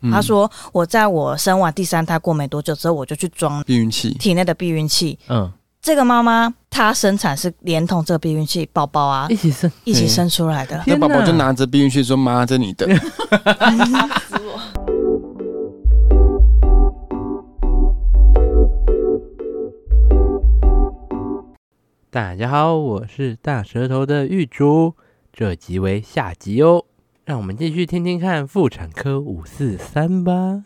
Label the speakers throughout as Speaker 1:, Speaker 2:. Speaker 1: 嗯
Speaker 2: 他说我在我生完第三胎过没多久之后，我就去装
Speaker 3: 避孕器，
Speaker 2: 体内的避孕器。
Speaker 1: 嗯，
Speaker 2: 这个妈妈她生产是连同这个避孕器宝宝啊
Speaker 1: 一起生，
Speaker 2: 一起生出来的。
Speaker 3: 那
Speaker 1: 天
Speaker 3: 宝宝
Speaker 1: 哪
Speaker 3: 就拿着避孕器说：“妈，这你 的。
Speaker 4: 吓死我！
Speaker 1: 大家好，我是大舌头的玉竹，这集为下集哦，让我们继续听听看妇产科五四三吧。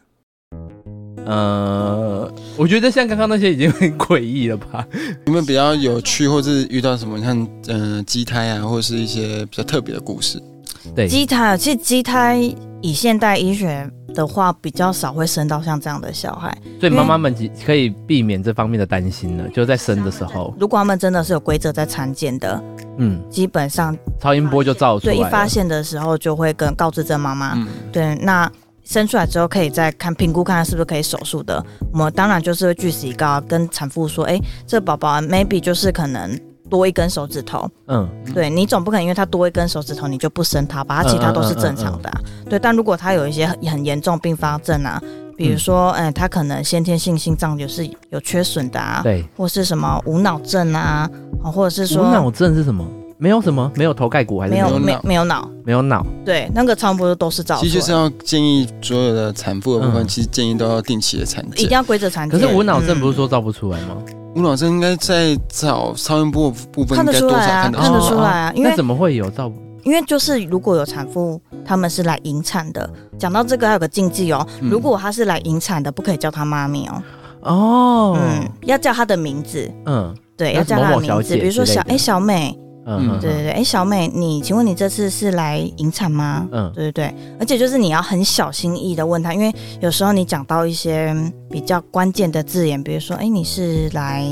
Speaker 1: 呃，我觉得像刚刚那些已经很诡异了吧？”
Speaker 3: 你们比较有趣，或是遇到什么？你看，嗯、呃，畸胎啊，或者是一些比较特别的故事。
Speaker 1: 对，
Speaker 2: 畸胎，其实畸胎以现代医学的话，比较少会生到像这样的小孩。
Speaker 1: 所以妈妈们其可以避免这方面的担心
Speaker 2: 嗯
Speaker 1: 了，就在生的时候，
Speaker 2: 如果他们真的是有规则在产检的，
Speaker 1: 嗯，
Speaker 2: 基本上
Speaker 1: 超音波就照出来
Speaker 2: 对
Speaker 1: 了。
Speaker 2: 一发现的时候就会跟告知这妈妈。
Speaker 3: 嗯，
Speaker 2: 对，那生出来之后可以再看评估，看看是不是可以手术的。我们当然就是会据实以告，跟产妇说，哎、这宝宝 maybe 就是可能多一根手指头。
Speaker 1: 嗯，
Speaker 2: 对你总不可能因为他多一根手指头你就不生他吧？他其他都是正常
Speaker 1: 嗯
Speaker 2: 的啊、对，但如果他有一些很很严重并发症啊，比如说，哎、他可能先天性心脏就是有缺损的啊，
Speaker 1: 对。
Speaker 2: 或是什么无脑症啊，哦或者是
Speaker 1: 无
Speaker 2: 说
Speaker 1: 脑症是什么？没有什么，没有头盖骨还是
Speaker 2: 没
Speaker 1: 没有
Speaker 2: 有
Speaker 3: 没有
Speaker 2: 没
Speaker 3: 脑
Speaker 2: 没有脑，
Speaker 1: 没有脑？
Speaker 2: 对，那个超音波都是照
Speaker 3: 其实就是
Speaker 2: 出来
Speaker 3: 要建议所有的产妇的部分，
Speaker 1: 嗯
Speaker 3: 其实建议都要定期的产
Speaker 2: 一定
Speaker 3: 检。
Speaker 2: 要规则产
Speaker 1: 可
Speaker 2: 检。
Speaker 1: 是无脑症
Speaker 2: 嗯
Speaker 1: 不是说照不出来吗？
Speaker 3: 吴老师应该在找超音波的部分，
Speaker 2: 看
Speaker 3: 应
Speaker 2: 得
Speaker 3: 该
Speaker 2: 出
Speaker 3: 多少
Speaker 2: 来啊，
Speaker 3: 看得
Speaker 2: 看
Speaker 3: 出
Speaker 2: 得
Speaker 3: 来。
Speaker 2: 出来啊，因为
Speaker 1: 哦那怎么会有照？
Speaker 2: 因为就是如果有产妇他们是来引产的，讲到这个还有个禁忌哦，
Speaker 3: 嗯
Speaker 2: 如果她是来引产的，不可以叫她妈咪哦，
Speaker 1: 哦，
Speaker 2: 嗯，要叫她的名字，
Speaker 1: 嗯
Speaker 2: 对，
Speaker 1: 那
Speaker 2: 要
Speaker 1: 是
Speaker 2: 叫她的
Speaker 1: 某某小
Speaker 2: 名
Speaker 1: 姐
Speaker 2: 字，比如说
Speaker 1: 之类
Speaker 2: 小
Speaker 1: 的
Speaker 2: 哎小美，
Speaker 1: 嗯，
Speaker 2: 对对对，哎小美，你请问你这次是来引产吗？
Speaker 1: 嗯
Speaker 2: 对对对，而且就是你要很小心翼翼的问她，因为有时候你讲到一些嗯比较关键的字眼，比如说哎你是来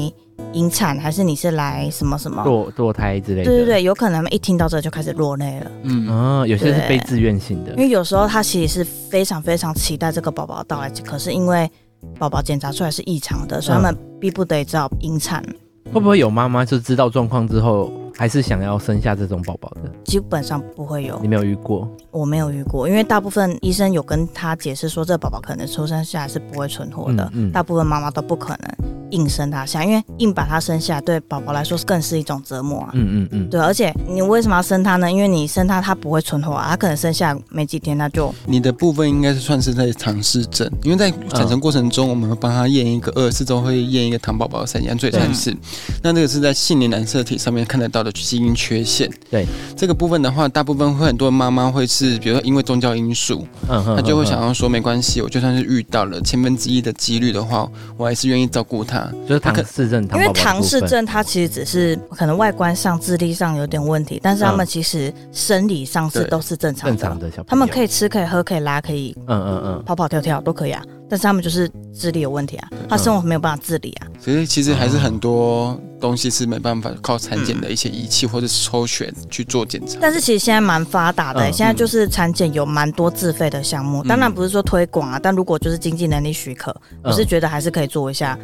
Speaker 2: 引产还是你是来什么什么？
Speaker 1: 堕堕胎之类的。
Speaker 2: 对对对，有可能他们一听到这就开始落泪了。
Speaker 3: 嗯，
Speaker 1: 嗯，有些是非自愿性的
Speaker 2: 因。为有时候他其实是非常非常期待这个宝宝到来，可是因为宝宝检查出来是异常的，所以他
Speaker 1: 嗯
Speaker 2: 们逼不得已只好引产。
Speaker 1: 会不会有妈妈就知道状况之后，还是想要生下这种宝宝的？
Speaker 2: 基本上不会有
Speaker 1: 你，没有遇过？嗯
Speaker 2: 我没有遇过，因为大部分医生有跟他解释说，这宝宝可能出生下来是不会存活的，
Speaker 1: 嗯嗯
Speaker 2: 大部分妈妈都不可能硬生他下，因为硬把他生下来对宝宝来说更是一种折磨啊。
Speaker 1: 嗯嗯嗯，
Speaker 2: 对，而且你为什么要生他呢？因为你生他，他不会存活啊，他可能生下来没几天他就
Speaker 3: 你的部分应该是算是在尝试症，因为在产程过程中，我们会帮他验一个二十四周会验一个糖宝宝的三羊最三次。
Speaker 1: 嗯
Speaker 3: 那这个是在性凝染色体上面看得到的基因缺陷。
Speaker 1: 对
Speaker 3: 这个部分的话，大部分会很多妈妈会是，比如说因为宗教因素，
Speaker 1: 嗯哼
Speaker 3: 她就会想，要说没关系，我就算是遇到了千分之一的几率的话，我还是愿意照顾她。
Speaker 1: 嗯就是唐氏症，
Speaker 2: 因
Speaker 1: 唐
Speaker 2: 为
Speaker 1: 宝宝的
Speaker 2: 唐
Speaker 1: 部
Speaker 2: 氏
Speaker 1: 分，
Speaker 2: 症它其实只是可能外观上、智力上有点问题，但是他们其实生理上是
Speaker 3: 对
Speaker 2: 都是正常
Speaker 1: 嗯正
Speaker 2: 的。
Speaker 1: 常的小朋友，
Speaker 2: 他们可以吃、可以喝、可以拉、可以
Speaker 1: 嗯嗯
Speaker 2: 跑跑跳跳都可以啊，但是他们就是智力有问题啊，他生活没有办法自理啊。
Speaker 3: 所以其实还是很多东西是没办法靠产检的一些仪器或者是抽血去做检查。
Speaker 2: 但是其实现在蛮发达的、欸
Speaker 1: 嗯
Speaker 2: 现在就是产检有蛮多自费的项目，
Speaker 3: 嗯
Speaker 2: 当然不是说推广啊，但如果就是经济能力许可，
Speaker 1: 嗯，
Speaker 2: 我是觉得还是可以做一下。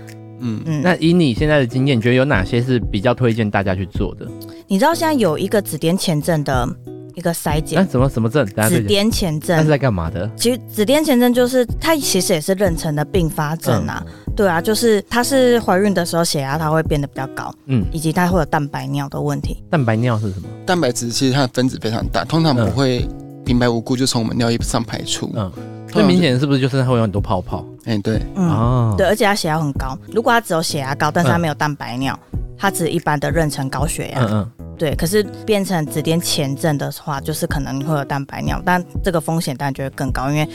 Speaker 3: 嗯，
Speaker 2: 嗯，
Speaker 1: 那以你现在的经验，你觉得有哪些是比较推荐大家去做的？
Speaker 2: 你知道现在有一个指点前症的一个筛
Speaker 1: 那
Speaker 2: 检，
Speaker 1: 什么什么症？哎大家
Speaker 2: 指
Speaker 1: 再讲
Speaker 2: 点前症
Speaker 1: 那是在干嘛的？
Speaker 2: 其实紫癜前症就是它其实也是妊娠的并发症啊，
Speaker 1: 嗯
Speaker 2: 对啊，就是它是怀孕的时候血压它会变得比较高，
Speaker 1: 嗯，
Speaker 2: 以及它会有蛋白尿的问题。
Speaker 1: 蛋白尿是什么？
Speaker 3: 蛋白质其实它的分子非常大，通常不会平白无故就从我们尿液上排出。
Speaker 1: 嗯
Speaker 3: 通
Speaker 1: 最
Speaker 3: 常就
Speaker 1: 明，显是不是就是会有很多泡泡？
Speaker 3: 哎、对，
Speaker 2: 嗯，
Speaker 1: 哦，
Speaker 2: 对，而且它血压很高。如果它只有血压高，但是它
Speaker 1: 嗯
Speaker 2: 没有蛋白尿，它只是一般的妊娠高血压。
Speaker 1: 嗯嗯，
Speaker 2: 对，可是变成紫癜前症的话，就是可能会有蛋白尿，但这个风险当然就会更高，因为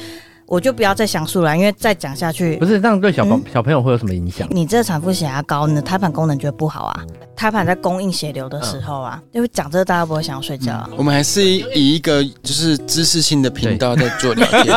Speaker 2: 我就不要再详述了，因为再讲下去
Speaker 1: 不是这样对小朋
Speaker 2: 嗯
Speaker 1: 小朋友会有什么 影响？
Speaker 2: 你这个产妇血压高，你的胎盘功能就会不好啊。胎盘在供应血流的时候啊，
Speaker 1: 嗯
Speaker 2: 因为讲这个大家不会想要睡觉啊。
Speaker 3: 我们还是以一个就是知识性的频道在做聊 天。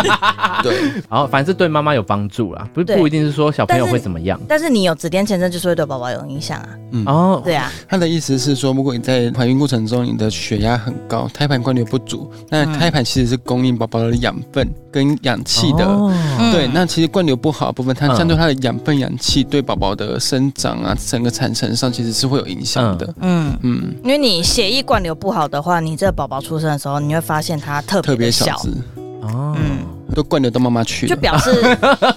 Speaker 3: 对，
Speaker 1: 然后反正是对妈妈有帮助啦，不
Speaker 2: 对
Speaker 1: 不一定是说小朋友
Speaker 2: 但是
Speaker 1: 会怎么样。
Speaker 2: 但是你有紫癜前症，就是会对宝宝有影响啊。
Speaker 3: 嗯，
Speaker 1: 哦，
Speaker 2: 对啊，
Speaker 3: 他的意思是说，如果你在怀孕过程中你的血压很高，胎盘供流不足，那
Speaker 2: 嗯
Speaker 3: 胎盘其实是供应宝宝的养分跟氧气的。
Speaker 1: 哦
Speaker 2: 嗯
Speaker 3: 对，那其实灌流不好的部分，它
Speaker 1: 嗯
Speaker 3: 相对它的养分、氧气对宝宝的生长啊，整个产程上其实是会有影响的。
Speaker 2: 嗯，
Speaker 3: 嗯，
Speaker 2: 因为你血液灌流不好的话，你这个宝宝出生的时候，你会发现他特
Speaker 3: 特
Speaker 2: 别
Speaker 3: 别
Speaker 2: 的
Speaker 3: 小
Speaker 2: 小。
Speaker 3: 只，
Speaker 1: 哦，
Speaker 2: 嗯
Speaker 3: 都灌流到妈妈去
Speaker 2: 就
Speaker 3: 了。
Speaker 2: 表示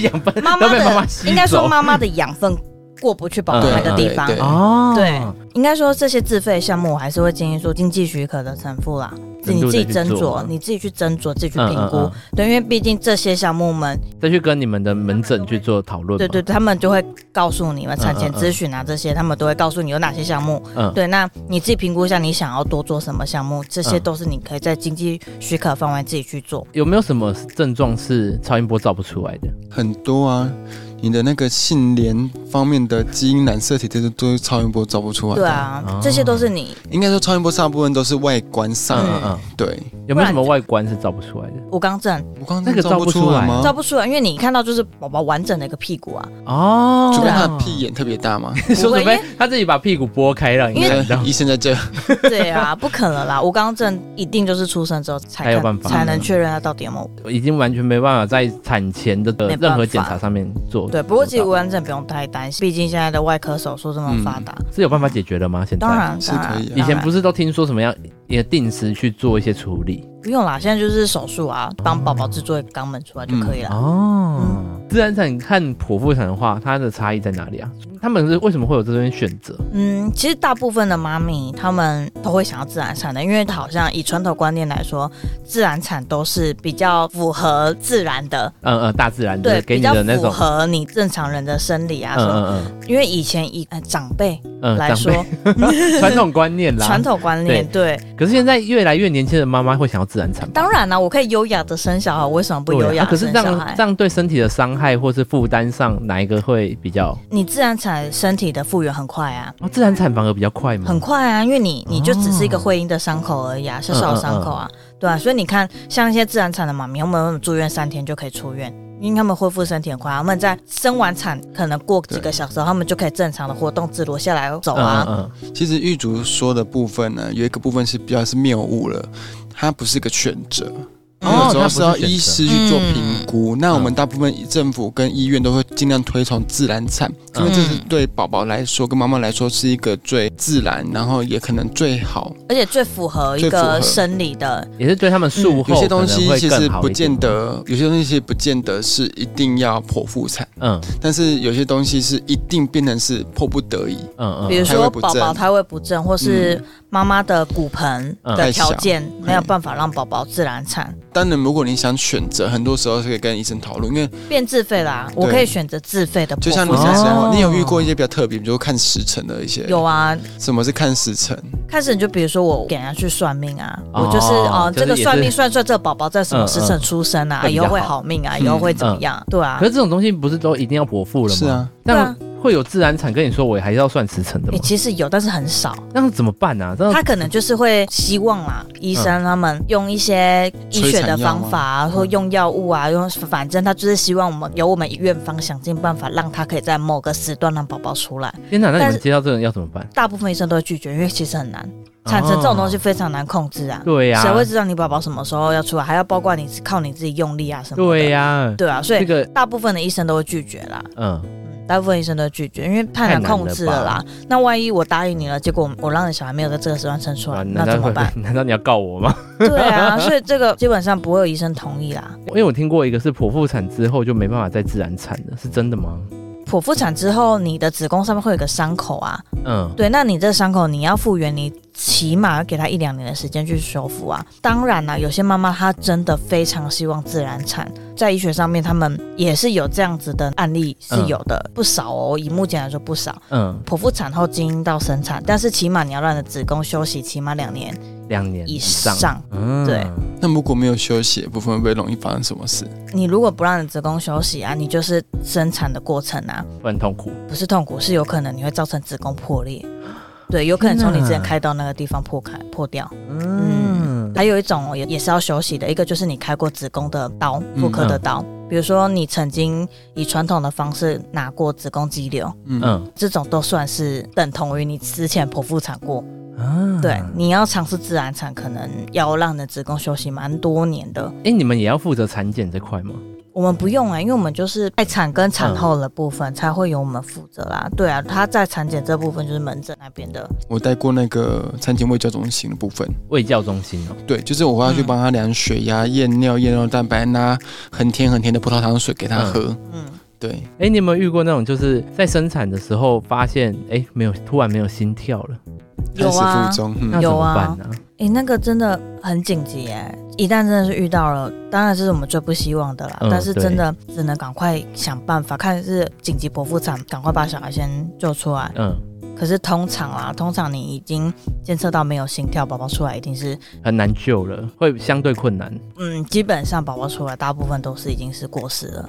Speaker 1: 养分
Speaker 2: 妈
Speaker 1: 都
Speaker 2: 妈
Speaker 1: 被妈嗯妈
Speaker 2: 的
Speaker 1: 吸
Speaker 2: 应该说
Speaker 1: 走
Speaker 2: 妈妈的养分过不去保护那个地方
Speaker 3: 对。对
Speaker 1: 哦，
Speaker 2: 对，应该说这些自费项目，我还是会建议说经济许可的产妇啦，是
Speaker 1: 深
Speaker 2: 你
Speaker 1: 度
Speaker 2: 自己
Speaker 1: 地去
Speaker 2: 斟
Speaker 1: 做
Speaker 2: 酌，你自己去斟酌，自己去
Speaker 1: 嗯
Speaker 2: 评估。
Speaker 1: 嗯
Speaker 2: 对，因为毕竟这些项目们，
Speaker 1: 再去跟你们的门诊去做讨论嘛。
Speaker 2: 对对，他们就会告诉你嘛，产前
Speaker 1: 嗯嗯
Speaker 2: 咨询啊这些，他们都会告诉你有哪些项目。
Speaker 1: 嗯
Speaker 2: 对，那你自己评估一下，你想要多做什么项目，这些
Speaker 1: 嗯
Speaker 2: 都是你可以在经济许可范围自己去做。
Speaker 1: 有没有什么症状是超音波照不出来的？
Speaker 3: 很多啊，你的那个性联方面的基因染色体，这些都是超音波找不出来。
Speaker 2: 对，啊，这些都是你，
Speaker 3: 应该说超音波大部分都是外观上，啊
Speaker 2: 嗯
Speaker 1: 嗯
Speaker 3: 对。
Speaker 1: 嗯，有没有什么外观是照不出来的？
Speaker 2: 我刚正
Speaker 3: 我刚刚
Speaker 1: 那个
Speaker 3: 照
Speaker 1: 照不出
Speaker 3: 出来
Speaker 1: 来
Speaker 3: 吗？
Speaker 2: 照不出来，因为你看到就是宝宝完整的一个屁 股啊，
Speaker 1: 哦，
Speaker 3: 除非他 的屁眼特别大嘛，
Speaker 1: 说
Speaker 2: 不会
Speaker 1: 准备
Speaker 2: 因
Speaker 1: 他自己把屁股拨开让你
Speaker 2: 因为
Speaker 1: 看到。
Speaker 3: 医生在这，
Speaker 2: 对啊，不可能啦！吴刚正一定就是出生之后才
Speaker 1: 才有
Speaker 2: 看
Speaker 1: 办法
Speaker 2: 才能确认他到底有没有。
Speaker 1: 已经完全没办法在产前的
Speaker 2: 没
Speaker 1: 呃
Speaker 2: 办法
Speaker 1: 任何检查上面做。
Speaker 2: 对，不过其实吴刚正不用太担心，毕竟现在的外科手术这么发达。
Speaker 1: 是有办法解决的吗？现在
Speaker 2: 当，然，
Speaker 3: 是
Speaker 2: 当然，
Speaker 3: 可以啊
Speaker 1: 嗯以前不
Speaker 2: 是
Speaker 1: 是都听说什么样也定时去做一些处理
Speaker 2: 不用啦，现在就是手术啊，帮宝宝制作一个肛门出来就可以
Speaker 1: 嗯
Speaker 2: 了。
Speaker 1: 哦？
Speaker 2: 嗯
Speaker 1: 自然产和剖腹产的话，它的差异在哪里啊？他们是为什么会有这种选择？
Speaker 2: 嗯，其实大部分的妈咪她们都会想要自然产的，因为好像以传统观念来说，自然产都是比较符合自然的，
Speaker 1: 嗯嗯，大自然的
Speaker 2: 对，
Speaker 1: 给
Speaker 2: 比
Speaker 1: 你
Speaker 2: 较
Speaker 1: 的那
Speaker 2: 符
Speaker 1: 种，
Speaker 2: 合你正常人的生理啊
Speaker 1: 嗯
Speaker 2: 什么。
Speaker 1: 嗯
Speaker 2: 因为以前以、呃、长辈
Speaker 1: 嗯嗯，
Speaker 2: 来
Speaker 1: 长辈
Speaker 2: 说，
Speaker 1: 传统观念啦。
Speaker 2: 传。统观念对
Speaker 1: 可是现在越来越年轻的妈妈会想要自然产吧，
Speaker 2: 当然啦、我可以优雅的生小孩，为什么不
Speaker 1: 对啊
Speaker 2: 优雅
Speaker 1: 啊可
Speaker 2: 的
Speaker 1: 是
Speaker 2: 生
Speaker 1: 这
Speaker 2: 小
Speaker 1: 样
Speaker 2: 孩？
Speaker 1: 这样对身体的伤害或是负担上，哪一个会比较？
Speaker 2: 你自然产身体的复原很快啊，
Speaker 1: 哦，自然产反而比较快
Speaker 3: 嗯
Speaker 1: 吗？
Speaker 2: 很快啊，因为你你就只是一个会阴的伤口而已
Speaker 3: 哦
Speaker 2: 啊，小小的伤口
Speaker 3: 嗯
Speaker 2: 啊，对啊，所以你看，像一些自然产的妈咪，他们住院三天就可以出院。因为他们恢复身体很快，他们在生完产可能过几个小时，他们就可以正常的活动自如下来走啊。
Speaker 1: 嗯嗯
Speaker 3: 其实玉竹说的部分呢，有一个部分是比较是谬误了，它不是个选择。
Speaker 2: 嗯
Speaker 3: 有哦时候
Speaker 1: 它不是
Speaker 3: 是要
Speaker 1: 选择
Speaker 3: 医师去做评估，那我们大部分政府跟医院都会尽量推崇自然产，因为这是对宝宝来说跟妈妈来说是一个最自然，然后也可能最好。
Speaker 2: 而且最符合一
Speaker 3: 最符
Speaker 2: 个
Speaker 3: 合
Speaker 2: 生理的，
Speaker 1: 嗯，也是对他们术后
Speaker 3: 有些东
Speaker 1: 可能
Speaker 3: 西
Speaker 1: 会
Speaker 3: 其
Speaker 1: 更
Speaker 3: 实
Speaker 1: 好一
Speaker 3: 不
Speaker 1: 点
Speaker 3: 见，得，有些东西其实不见得是一定要剖腹产，
Speaker 1: 嗯
Speaker 3: 但是有些东西是一定变成是迫不得已。
Speaker 1: 嗯嗯，
Speaker 2: 比如
Speaker 3: 胎
Speaker 2: 说
Speaker 3: 位不
Speaker 2: 宝宝
Speaker 3: 正
Speaker 2: 胎位不正，或是妈妈的骨盆
Speaker 1: 嗯
Speaker 2: 的
Speaker 3: 太
Speaker 2: 条
Speaker 3: 小
Speaker 2: 件没有
Speaker 3: 嗯
Speaker 2: 办法让宝宝自然产。
Speaker 3: 当然，如果你想选择，很多时候是可以跟医生讨论，因为
Speaker 2: 变自费啦，我可以选择自费的剖腹
Speaker 3: 就
Speaker 2: 产。
Speaker 3: 像你之前
Speaker 1: 哦
Speaker 3: 说，你有遇过一些比较特别，比如说看时辰的一些，
Speaker 2: 有啊，
Speaker 3: 什么是看时辰？
Speaker 2: 开始你就比如说我给人家去算命啊，
Speaker 1: 哦
Speaker 2: 我就是哦、
Speaker 1: 就是
Speaker 2: 这个
Speaker 1: 也
Speaker 2: 算
Speaker 1: 是
Speaker 2: 命算出来这个宝宝在什么时辰出生啊，
Speaker 1: 嗯嗯
Speaker 2: 以后会好命啊，以后会怎么样？对啊
Speaker 1: 可，是这种东西不是都一定要剖腹了吗？
Speaker 3: 是啊，
Speaker 2: 对
Speaker 1: 那
Speaker 2: 啊
Speaker 1: 会有自然产跟你说我还是要算时辰的
Speaker 2: 诶
Speaker 1: 吗？
Speaker 2: 其实有，但是很少。
Speaker 1: 那怎么办啊？这样
Speaker 2: 啊他可能就是会希望啦，医生他们用一些医学的方法啊，或用药物啊，用反正他就是希望我们由我们院方想尽办法，让他可以在某个时段让宝宝出来。
Speaker 1: 天哪！那你
Speaker 2: 但
Speaker 1: 们
Speaker 2: 是
Speaker 1: 接到这种要怎么办？哦
Speaker 2: 大部分医生都会拒绝，因为其实很难，产程这种东西非常难控制啊。
Speaker 1: 对呀、
Speaker 2: 谁会知道你宝宝什么时候要出来？还要包括你靠你自己用力啊什么的。
Speaker 1: 对呀、
Speaker 2: 对啊，所
Speaker 1: 这
Speaker 2: 以
Speaker 1: 个
Speaker 2: 大部分的医生都会拒绝啦，
Speaker 1: 嗯，
Speaker 2: 大部分医生都会拒绝，因为太难控制了
Speaker 1: 太
Speaker 2: 啦。那万一我答应你了，结果我让你小孩没有在这个时段生出
Speaker 1: 哇
Speaker 2: 来，
Speaker 1: 难
Speaker 2: 啊那
Speaker 1: 道
Speaker 2: 怎么
Speaker 1: 会
Speaker 2: 办？？
Speaker 1: 难道你要告我吗？
Speaker 2: 对啊，所以这个基本上不会有医生同意啦。
Speaker 1: 因为我听过一个是剖腹产之后就没办法再自然产的，是真的吗？
Speaker 2: 剖腹产之后，你的子宫上面会有个伤口啊，
Speaker 1: 嗯，
Speaker 2: 对，那你这伤口你要复原，你起码要给他一两年的时间去修复啊。当然啦、有些妈妈她真的非常希望自然产，在医学上面他们也是有这样子的案例是有的，不少哦。以目前来说不少，
Speaker 1: 嗯，
Speaker 2: 剖腹产后经到生产，但是起码你要让你的子宫休息起码两年
Speaker 1: 两年
Speaker 2: 以
Speaker 1: 上，
Speaker 2: 上。
Speaker 1: 嗯，
Speaker 2: 对
Speaker 3: 那如果没有休息的部分，会不会容易发生什么事？
Speaker 2: 你如果不让你子宫休息啊，你就是生产的过程啊，
Speaker 1: 会很痛苦。
Speaker 2: 不是痛苦，是有可能你会造成子宫破裂。对，有可能从你之前开刀那个地方破开破掉。
Speaker 1: 嗯，
Speaker 2: 还有一种哦也也是要休息的，一个就是你开过子宫的刀，妇科的刀，比如说你曾经以传统的方式拿过子宫肌瘤，
Speaker 3: 嗯，
Speaker 1: 嗯
Speaker 2: 这种都算是等同于你之前剖腹产过。
Speaker 1: 啊，
Speaker 2: 对，你要尝试自然产，可能要让你的子宫休息蛮多年的。
Speaker 1: 哎，你们也要负责产检这块吗？
Speaker 2: 我们不用啊、因为我们就是在产跟产后的部分才会由我们负责啦。对啊，他在产检这部分就是门诊那边的，
Speaker 3: 我带过那个餐前卫教中心的部分，
Speaker 1: 卫教中心哦，
Speaker 3: 对，就是我要去
Speaker 2: 嗯
Speaker 3: 帮他量血压、验尿、验尿蛋白，拿很甜很甜的葡萄糖水给他
Speaker 1: 嗯
Speaker 3: 喝。
Speaker 2: 嗯，
Speaker 3: 对，
Speaker 1: 哎，你有没有遇过那种就是在生产的时候发现哎没有突然没有心跳了，
Speaker 3: 胎
Speaker 2: 有
Speaker 3: 死
Speaker 2: 啊
Speaker 3: 腹。中，
Speaker 1: 那
Speaker 3: 嗯，
Speaker 1: 怎
Speaker 2: 有
Speaker 1: 么
Speaker 2: 啊
Speaker 1: 办呢、
Speaker 2: 诶，那个真的很紧急哎、一旦真的是遇到了，当然这是我们最不希望的啦。
Speaker 1: 嗯
Speaker 2: 但是真的只能赶快想办法，看是紧急剖腹产，赶快把小孩先救出来。
Speaker 1: 嗯，
Speaker 2: 可是通常啦，通常你已经监测到没有心跳，宝宝出来一定是，
Speaker 1: 很难救了，会相对困难。
Speaker 2: 嗯，基本上宝宝出来大部分都是已经是过世了。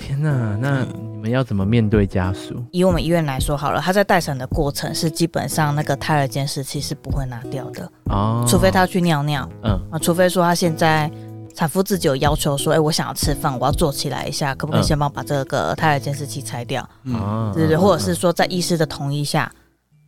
Speaker 1: 天哪，那你们要怎么面对家属？
Speaker 2: 以我们医院来说好了，他在待产的过程是基本上那个胎儿监视器是不会拿掉的，
Speaker 1: 哦，
Speaker 2: 嗯除非他去尿尿
Speaker 1: 嗯
Speaker 2: 啊，除非说他现在产妇自己有要求说，哎、我想要吃饭，我要坐起来一下，可不可以
Speaker 1: 嗯
Speaker 2: 先帮我把这个胎儿监视器拆掉？
Speaker 3: 嗯，
Speaker 1: 啊
Speaker 2: 对对对，或者是说在医师的同意下，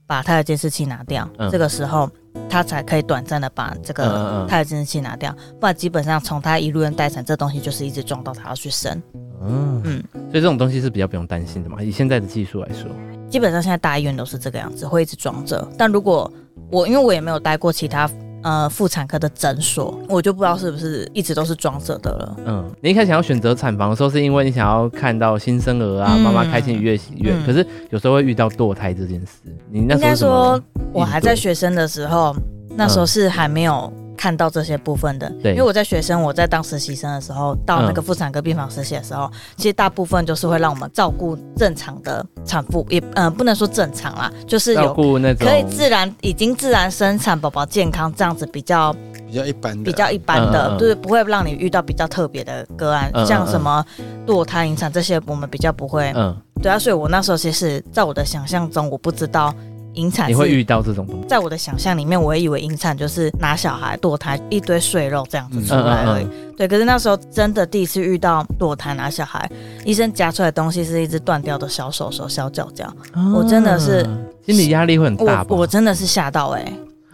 Speaker 2: 把胎儿监视器拿掉，
Speaker 1: 嗯
Speaker 2: 这个时候他才可以短暂的把这
Speaker 1: 嗯嗯
Speaker 2: 个
Speaker 1: 嗯
Speaker 2: 胎儿监视器拿掉，不然基本上从他一路人待产，这东西就是一直撞到他要去生。
Speaker 1: 嗯嗯
Speaker 2: 嗯，
Speaker 1: 所以这种东西是比较不用担心的嘛。以现在的技术来说，
Speaker 2: 基本上现在大医院都是这个样子，会一直装着。但如果我因为我也没有待过其他呃妇产科的诊所，我就不知道是不是一直都是装着的了。
Speaker 1: 嗯，你一开始想要选择产房的时候，是因为你想要看到新生儿啊，
Speaker 2: 嗯
Speaker 1: 妈妈开心愉悦喜悦。
Speaker 2: 嗯
Speaker 1: 可是有时候会遇到堕胎这件事，你嗯那
Speaker 2: 应
Speaker 1: 时候
Speaker 2: 该
Speaker 1: 是怎么
Speaker 2: 说，我还在学生的时候，那时候是还没有看到这些部分的。
Speaker 1: 嗯对嗯
Speaker 2: 因为我在学生，我在当实习生的时候，到那个妇产科病房实习的时候，其实大部分就是会让我们照顾正常的产妇，也呃不能说正常啦，就是
Speaker 1: 照
Speaker 2: 有。
Speaker 1: 顾那种
Speaker 2: 可以自然已经自然生产宝宝健康这样子比较
Speaker 3: 比较一般的，
Speaker 2: 比较一般
Speaker 1: 嗯嗯
Speaker 2: 的，
Speaker 1: 嗯
Speaker 2: 就是不会让你遇到比较特别的个案
Speaker 1: 嗯嗯，
Speaker 2: 像什么堕胎、引产这些，我们比较不会。
Speaker 1: 嗯，
Speaker 2: 对啊，所以我那时候其实在我的想象中，我不知道引产
Speaker 1: 你会
Speaker 2: 是。
Speaker 1: 遇到这种东西。
Speaker 2: 在我的想象里面，我也以为引产就是拿小孩堕胎一堆碎肉这样子出来而已。
Speaker 1: 嗯
Speaker 2: 对，可是那时候真的第一次遇到堕胎拿小孩，医生夹出来的东西是一只断掉的小手手、小脚脚，我真的是
Speaker 1: 啊心理压力会很大
Speaker 2: 我
Speaker 1: 吧？
Speaker 2: 我真的是吓到哎、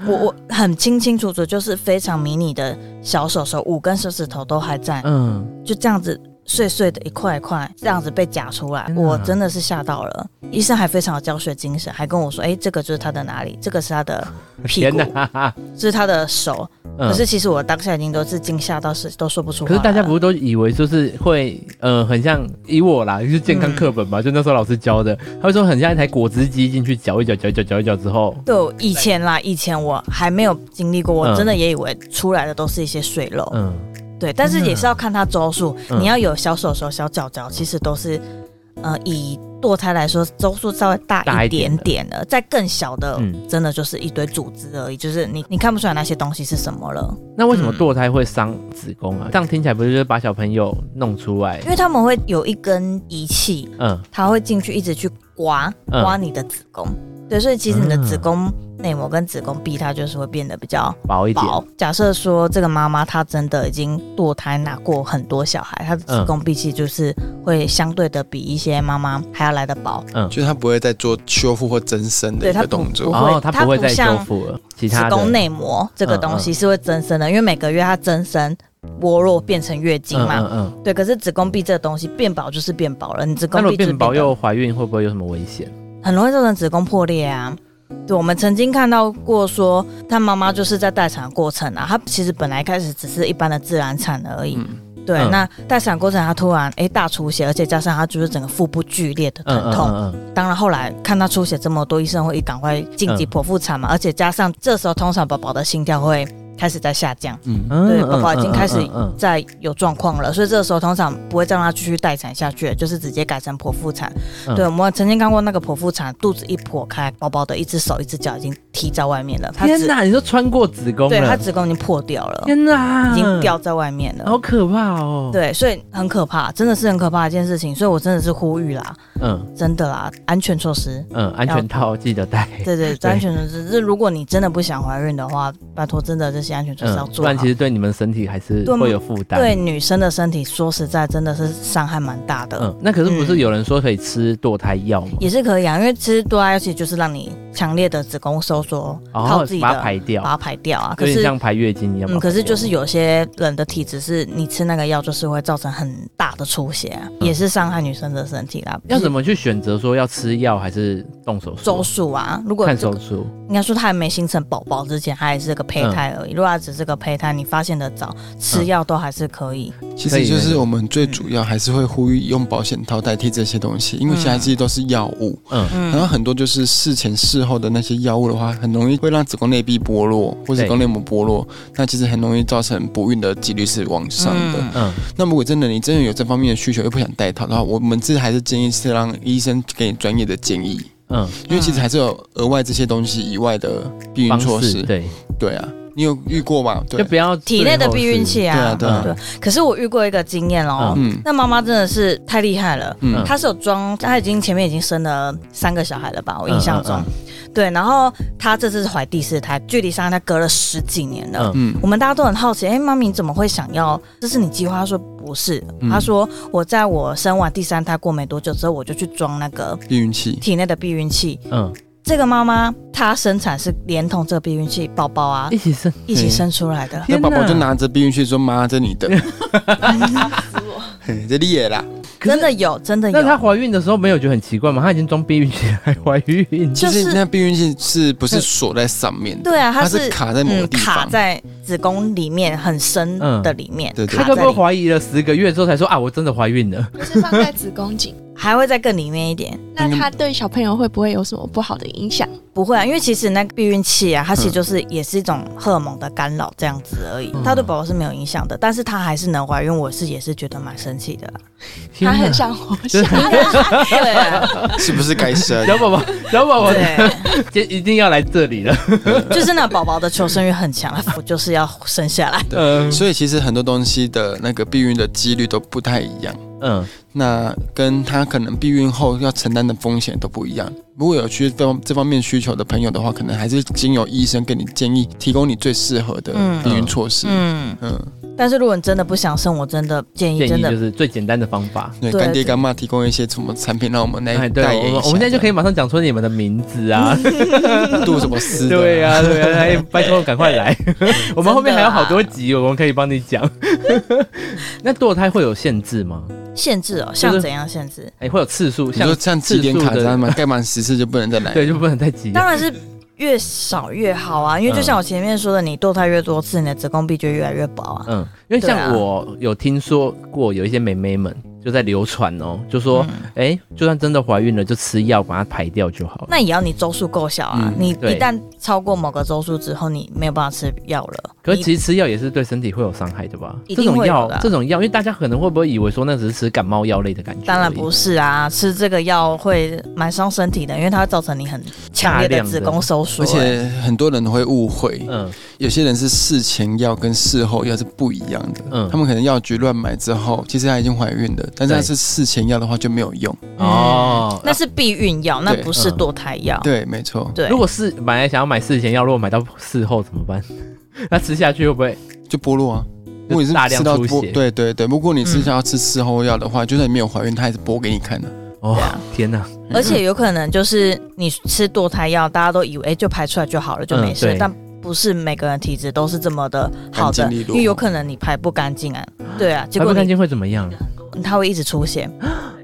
Speaker 2: 我我很清清楚楚，就是非常迷你的小手手，五根手指头都还在，
Speaker 1: 嗯，
Speaker 2: 就这样子碎碎的一块一块，这样子被夹出来
Speaker 1: 天，哪
Speaker 2: 我真的是吓到了。医生还非常有教学精神，还跟我说：“哎、这个就是他的哪里，这个是他的屁
Speaker 1: 天
Speaker 2: 股，
Speaker 1: 哪！
Speaker 2: 这是他的手。
Speaker 1: 嗯
Speaker 2: 可是其实我当下已经都是惊吓到是都说不出话
Speaker 1: 可
Speaker 2: 来
Speaker 1: 是
Speaker 2: 了。
Speaker 1: 大家不是都以为就是会，呃，很像以我啦，就是健康课本嘛，就那时候老师教的，他会说很像一台果汁机进去搅一搅，搅一搅，搅一搅之后，
Speaker 2: 对，以前啦，以前我还没有经历过，我
Speaker 1: 嗯
Speaker 2: 真的也以为出来的都是一些碎肉。
Speaker 1: 嗯，
Speaker 2: 对，但是也是要看它周数，
Speaker 1: 嗯
Speaker 2: 你要有小手手、小脚脚，其实都是，呃，以堕胎来说，周数稍微
Speaker 1: 大
Speaker 2: 大
Speaker 1: 一
Speaker 2: 一
Speaker 1: 点
Speaker 2: 点
Speaker 1: 的
Speaker 2: 点的，再更小的，
Speaker 1: 嗯
Speaker 2: 真的就是一堆组织而已，就是你你看不出来那些东西是什么了，
Speaker 1: 那为什么堕胎会伤子宫啊？这样听起来不是就是把小朋友弄出来
Speaker 2: 因？为他们会有一根仪器，
Speaker 1: 嗯，
Speaker 2: 它会进去一直去刮
Speaker 1: 嗯
Speaker 2: 刮你的子宫，对，所以其实你的
Speaker 1: 嗯
Speaker 2: 子宫内膜跟子宫壁它就是会变得比较
Speaker 1: 薄一点，
Speaker 2: 保假设说这个妈妈她真的已经堕胎拿过很多小孩，她的子宫壁器就是会相对的比一些妈妈还要来的薄。
Speaker 3: 就是他不会再做修复或增生的
Speaker 2: 对
Speaker 3: 一
Speaker 2: 他
Speaker 3: 个
Speaker 2: 不
Speaker 3: 动作
Speaker 2: 不。
Speaker 1: 哦
Speaker 2: 会
Speaker 1: 它
Speaker 2: 它
Speaker 1: 不会
Speaker 2: 不
Speaker 1: 再修
Speaker 2: 像
Speaker 1: 复了，其
Speaker 2: 子
Speaker 1: 他的嗯
Speaker 2: 宫内膜这个东西是会增生的，因为每个月它增生剥落变成月经嘛。
Speaker 1: 嗯嗯嗯。
Speaker 2: 对，可是子宫壁这个东西变薄就是变薄了，你子
Speaker 1: 那
Speaker 2: 宫
Speaker 1: 如
Speaker 2: 壁
Speaker 1: 果
Speaker 2: 就是
Speaker 1: 变薄
Speaker 2: 得
Speaker 1: 又怀孕，会不会有什么危险？
Speaker 2: 很容易造成子宫破裂啊。对，我们曾经看到过说，她妈妈就是在待产的过程啊，她其实本来开始只是一般的自然产而已。
Speaker 3: 嗯，
Speaker 2: 对，
Speaker 1: 嗯
Speaker 2: 那待产过程她突然哎、诶大出血，而且加上她就是整个腹部剧烈的
Speaker 1: 嗯
Speaker 2: 疼痛。
Speaker 1: 嗯嗯
Speaker 2: 当然后来看她出血这么多，医生会赶快紧急剖腹
Speaker 1: 嗯
Speaker 2: 产嘛，而且加上这时候通常宝宝的心跳会开始在下降，
Speaker 3: 嗯，
Speaker 1: 嗯，
Speaker 2: 对
Speaker 1: 嗯
Speaker 2: 宝宝已经开始
Speaker 1: 嗯嗯
Speaker 2: 在有状况了，所以这个时候通常不会再让她继续待产下去，就是直接改成剖腹产。
Speaker 1: 嗯
Speaker 2: 对，我们曾经看过那个剖腹产，肚子一剖开，宝宝的一只手一只脚已经踢在外面了，
Speaker 1: 嗯
Speaker 2: 她
Speaker 1: 天
Speaker 2: 子
Speaker 1: 哪！你说穿过子宫
Speaker 2: 对她
Speaker 1: 了？
Speaker 2: 子宫已经破掉了，
Speaker 1: 天哪！
Speaker 2: 已经，掉在外面了。
Speaker 1: 好可怕哦。，
Speaker 2: 对，所以很可怕，真的是很可怕的一件事情，所以我真的是呼吁啦，
Speaker 1: 嗯
Speaker 2: 真的啦，安全措施。
Speaker 1: 嗯，安全套记得带。
Speaker 2: 对对，
Speaker 1: 对
Speaker 2: 安全措施。这如果你真的不想怀孕的话，拜托，真的这些安全措施要
Speaker 1: 嗯，不
Speaker 2: 做好。
Speaker 1: 然其实对你们身体还是
Speaker 2: 对
Speaker 1: 会有负担。
Speaker 2: 对，女生的身体，说实在，真的是伤害蛮大的。
Speaker 1: 嗯，那可是不是有人说可以吃堕胎药吗？
Speaker 2: 也是可以啊，因为其实多拉尤其就是让你强烈的子宫收缩，
Speaker 1: 然
Speaker 2: 靠
Speaker 1: 后
Speaker 2: 自己的
Speaker 1: 哦把它排掉
Speaker 2: 把，它排掉啊。
Speaker 1: 有
Speaker 2: 可
Speaker 1: 点
Speaker 2: 是，
Speaker 1: 像排月经一样。
Speaker 2: 嗯，
Speaker 1: 把它
Speaker 2: 可是
Speaker 1: 排掉
Speaker 2: 就是有些人的体质是你吃那个药，就是会造成很大的出血、啊，也是伤害女生的身体啦。
Speaker 1: 要怎么去选择说要吃药还是动手
Speaker 2: 手
Speaker 1: 术？
Speaker 2: 术啊？如果
Speaker 1: 看
Speaker 2: 这
Speaker 1: 手
Speaker 2: 个
Speaker 1: 术，
Speaker 2: 应该说他还没形成宝宝之前，他还是个胚胎而已。如果他只是个胚胎，你发现的早，吃药都还是可以。
Speaker 3: 其实就是我们最主要还是会呼吁用保险套代替这些东西，因为其他这些都是药物，
Speaker 1: 嗯，
Speaker 3: 然后
Speaker 2: 嗯，
Speaker 3: 很多就是事前事后的那些药物的话，很容易会让子宫内壁剥落或
Speaker 1: 对
Speaker 3: 子宫内膜剥落，那其实很容易造成不孕的几率是往上的。
Speaker 2: 嗯
Speaker 1: 嗯，
Speaker 3: 那如果真的你真的有这方面的需求又不想戴套的话，我们这还是建议是让医生给你专业的建议，
Speaker 1: 嗯，
Speaker 3: 因为其实还是有额外这些东西以外的避孕
Speaker 1: 方
Speaker 3: 措
Speaker 1: 式
Speaker 3: 施。
Speaker 1: 对，
Speaker 3: 对啊，你有遇过吗？对
Speaker 1: 就，不要
Speaker 2: 体内的避孕
Speaker 1: 最后
Speaker 2: 器啊，
Speaker 3: 对啊对
Speaker 1: 啊
Speaker 2: 可是我遇过一个经验哦，
Speaker 3: 嗯
Speaker 2: 那妈妈真的是太厉害了。
Speaker 3: 嗯
Speaker 2: 她是有装，她已经前面已经生了三个小孩了吧？我
Speaker 1: 是
Speaker 2: 印象中，
Speaker 1: 嗯
Speaker 2: 对。然后她这次是怀第四胎，距离上胎隔了十几年了。
Speaker 1: 嗯
Speaker 3: 嗯
Speaker 2: 我们大家都很好奇，哎、妈咪你怎么会想要？这是你计划？她说不是，
Speaker 3: 嗯
Speaker 2: 她说我在我生完第三胎过没多久之后，我就去装那个
Speaker 3: 避孕器，
Speaker 2: 体内的避孕器。
Speaker 1: 嗯，
Speaker 2: 这个妈妈她生产是连同这个避孕器宝宝啊
Speaker 1: 嗯一起生，
Speaker 2: 一起生出来的。
Speaker 3: 那
Speaker 1: 天哪
Speaker 3: 宝宝就拿着避孕器说：“妈，这你的，
Speaker 4: 死我！
Speaker 3: 嘿这你也啦。
Speaker 1: 可是
Speaker 2: 真的有，真的
Speaker 1: 那她
Speaker 2: 有，
Speaker 1: 怀孕的时候没有觉得很奇怪吗？她已经装避孕器还怀 孕”，
Speaker 2: 就
Speaker 3: 其
Speaker 2: 是
Speaker 3: 实那避孕器是不是锁在上面的？
Speaker 2: 对啊，
Speaker 3: 它
Speaker 2: 她
Speaker 3: 是卡在某个
Speaker 2: 嗯
Speaker 3: 地
Speaker 2: 卡
Speaker 3: 方。
Speaker 2: 在子宫里面很深的里面，
Speaker 3: 嗯对对
Speaker 1: 她
Speaker 2: 卡
Speaker 1: 该
Speaker 2: 在
Speaker 1: 不会
Speaker 2: 里面
Speaker 1: 怀疑了十个月之后才说啊，我真的怀孕了？
Speaker 4: 就是放在子 宫颈，
Speaker 2: 还会再更里面一点。
Speaker 4: 那它对小朋友会不会有什么不好的影响？
Speaker 2: 不会啊，
Speaker 1: 嗯
Speaker 2: 因为其实那个避孕器啊，它其实就是也是一种荷尔蒙的干扰这样子而已，
Speaker 1: 嗯
Speaker 2: 它对宝宝是没有影响的，但是它还是能怀孕，我是也是觉得蛮生气 的啦。
Speaker 1: 天
Speaker 4: 它很
Speaker 1: 哪
Speaker 4: 想活
Speaker 2: 啊
Speaker 4: 下 来，
Speaker 2: 对啊
Speaker 3: 是不是该 生？
Speaker 1: 小宝宝，小宝宝，
Speaker 2: 对，
Speaker 1: 今天一定要来这里了。
Speaker 2: 就是那宝宝的求生欲很强，我就是要生下来。
Speaker 1: 嗯
Speaker 3: 所以其实很多东西的那个避孕的几率都不太一样，
Speaker 1: 嗯，
Speaker 3: 那跟他可能避孕后要承担的风险都不一样。如果有去这方这方面需求的朋友的话，可能还是经由医生给你建议，提供你最适合的
Speaker 2: 嗯
Speaker 3: 避孕措施。
Speaker 2: 嗯，
Speaker 3: 嗯，
Speaker 2: 但是如果你真的不想生，我真的建议
Speaker 1: 建
Speaker 2: 真
Speaker 1: 议
Speaker 2: 的
Speaker 1: 就是最简单的方法。
Speaker 3: 对，
Speaker 2: 对
Speaker 3: 干爹干妈提供一些什么产品让我们来
Speaker 1: 哎，对，
Speaker 3: 代
Speaker 1: 我
Speaker 3: 言一
Speaker 1: 们
Speaker 3: 下
Speaker 1: 我们现在就可以马上讲出你们的名 字啊，
Speaker 3: 度什么丝的？
Speaker 1: 对呀，对呀，哎，拜托赶快 来，我们后面还
Speaker 2: 啊
Speaker 1: 有好多集，我们可以帮你讲。 那堕胎会有限制吗？
Speaker 2: 限制哦，
Speaker 1: 就
Speaker 2: 像
Speaker 1: 是
Speaker 2: 怎样限制？
Speaker 1: 哎，会有次数，
Speaker 3: 你说像几点卡
Speaker 1: 次数
Speaker 3: 章
Speaker 1: 的，
Speaker 3: 嘛，盖满十次就不能再来。
Speaker 1: 对，就不能再挤。
Speaker 2: 当然是越少越好啊，因为就
Speaker 1: 嗯
Speaker 2: 像我前面说的，你堕胎越多次，你的子宫壁就越来越薄啊。
Speaker 1: 嗯，因为
Speaker 2: 对啊
Speaker 1: 像我有听说过有一些妹妹们就在流传哦，就说
Speaker 2: 嗯
Speaker 1: 哎、就算真的怀孕了，就吃药把它排掉就好了。
Speaker 2: 那也要你周数够小啊，
Speaker 3: 嗯
Speaker 2: 你
Speaker 1: 对
Speaker 2: 一旦超过某个周数之后，你没有办法吃药了。
Speaker 1: 可是
Speaker 2: 你
Speaker 1: 其实吃药也是对身体会有伤害的吧？
Speaker 2: 一
Speaker 1: 这
Speaker 2: 定
Speaker 1: 种
Speaker 2: 会有
Speaker 1: 药
Speaker 2: 的啊，
Speaker 1: 这种药，因为大家可能会不会以为说那只是吃感冒药类的感觉而已？
Speaker 2: 当然不是啊，吃这个药会蛮伤身体的，因为它会造成你很强烈
Speaker 1: 大
Speaker 2: 的
Speaker 1: 量的啊
Speaker 2: 子宫收缩、哎
Speaker 3: 而且很多人会误会，
Speaker 1: 嗯
Speaker 3: 有些人是事前药跟事后药是不一样的。
Speaker 1: 嗯
Speaker 3: 他们可能药局乱买之后，其实她已经怀孕了，但是她是事前药的话就没有用。
Speaker 1: 哦。
Speaker 2: 嗯那是避孕药，那
Speaker 3: 对
Speaker 2: 不是
Speaker 1: 嗯
Speaker 2: 堕胎药。
Speaker 3: 对，没错，
Speaker 2: 对，
Speaker 1: 如果是本来想要买事前药，如果买到事后怎么办？ 那吃下去会不会？
Speaker 3: 就剥落啊。如果你是
Speaker 1: 大量
Speaker 3: 吃到
Speaker 1: 出
Speaker 3: 剥
Speaker 1: 血
Speaker 3: 对对对。如果你是想要吃事后药的话，就算你没有怀孕，她还是剥给你看的、
Speaker 1: 哦，
Speaker 2: 啊
Speaker 1: 天哪！
Speaker 2: 而且有可能就是你吃堕胎药，大家都以为、诶哎就排出来就好了，就没事。
Speaker 1: 嗯对
Speaker 2: 但不是每个人体质都是这么的好
Speaker 3: 干
Speaker 2: 的，
Speaker 3: 净利
Speaker 2: 因
Speaker 3: 落
Speaker 2: 为有可能你排不干净啊。对啊，结
Speaker 1: 排
Speaker 2: 果
Speaker 1: 不干
Speaker 2: 你
Speaker 1: 净会怎么样？
Speaker 2: 它会一直出血，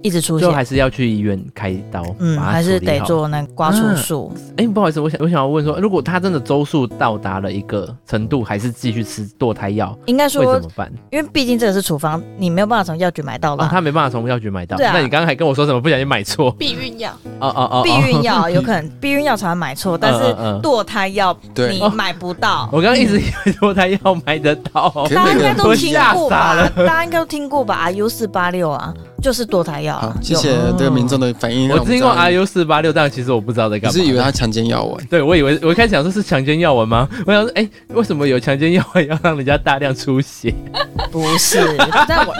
Speaker 2: 一直出
Speaker 1: 最后
Speaker 2: 血。
Speaker 1: 还是要去医院开刀，
Speaker 2: 嗯，
Speaker 1: 把它
Speaker 2: 还是
Speaker 1: 处理
Speaker 2: 得
Speaker 1: 好。
Speaker 2: 做那个刮除术。
Speaker 1: 哎、不好意思，我想我想要问说，如果他真的周数到达了一个程度，还是继续吃堕胎药，
Speaker 2: 应该
Speaker 1: 会
Speaker 2: 说
Speaker 1: 怎，么办？
Speaker 2: 因为毕竟这个是处方，你没有办法从药局买到的
Speaker 1: 哦，
Speaker 2: 啊、
Speaker 1: 他没办法从药局买到。
Speaker 2: 对啊
Speaker 1: 那你刚刚还跟我说什么不小心买错？
Speaker 4: 避孕药。
Speaker 1: 哦哦哦，哦
Speaker 2: 避孕药有可能避孕药常常买错，但是
Speaker 1: 嗯嗯哦嗯
Speaker 2: 堕胎药
Speaker 3: 对
Speaker 2: 你买不到。
Speaker 1: 我刚刚一直以为说他要买得到，哦
Speaker 3: 可
Speaker 2: 大家应该都
Speaker 1: 我
Speaker 2: 听
Speaker 1: 吓
Speaker 2: 过
Speaker 1: 傻
Speaker 2: 吧
Speaker 1: 了？
Speaker 2: 大家应该都听过吧？U 四八六啊，就是堕胎药
Speaker 3: 好
Speaker 2: 啊，。
Speaker 3: 谢
Speaker 2: 有
Speaker 3: 谢这个民众的反应。
Speaker 1: 哦我听过
Speaker 3: U，
Speaker 1: RU 四八六，但其实我不知道在
Speaker 3: 你
Speaker 1: 干嘛。
Speaker 3: 是以为她强奸药丸？
Speaker 1: 对，我以为我一开始想说是强奸药丸吗？我想说，哎、为什么有强奸药丸要让人家大量出血？
Speaker 2: 不是？但我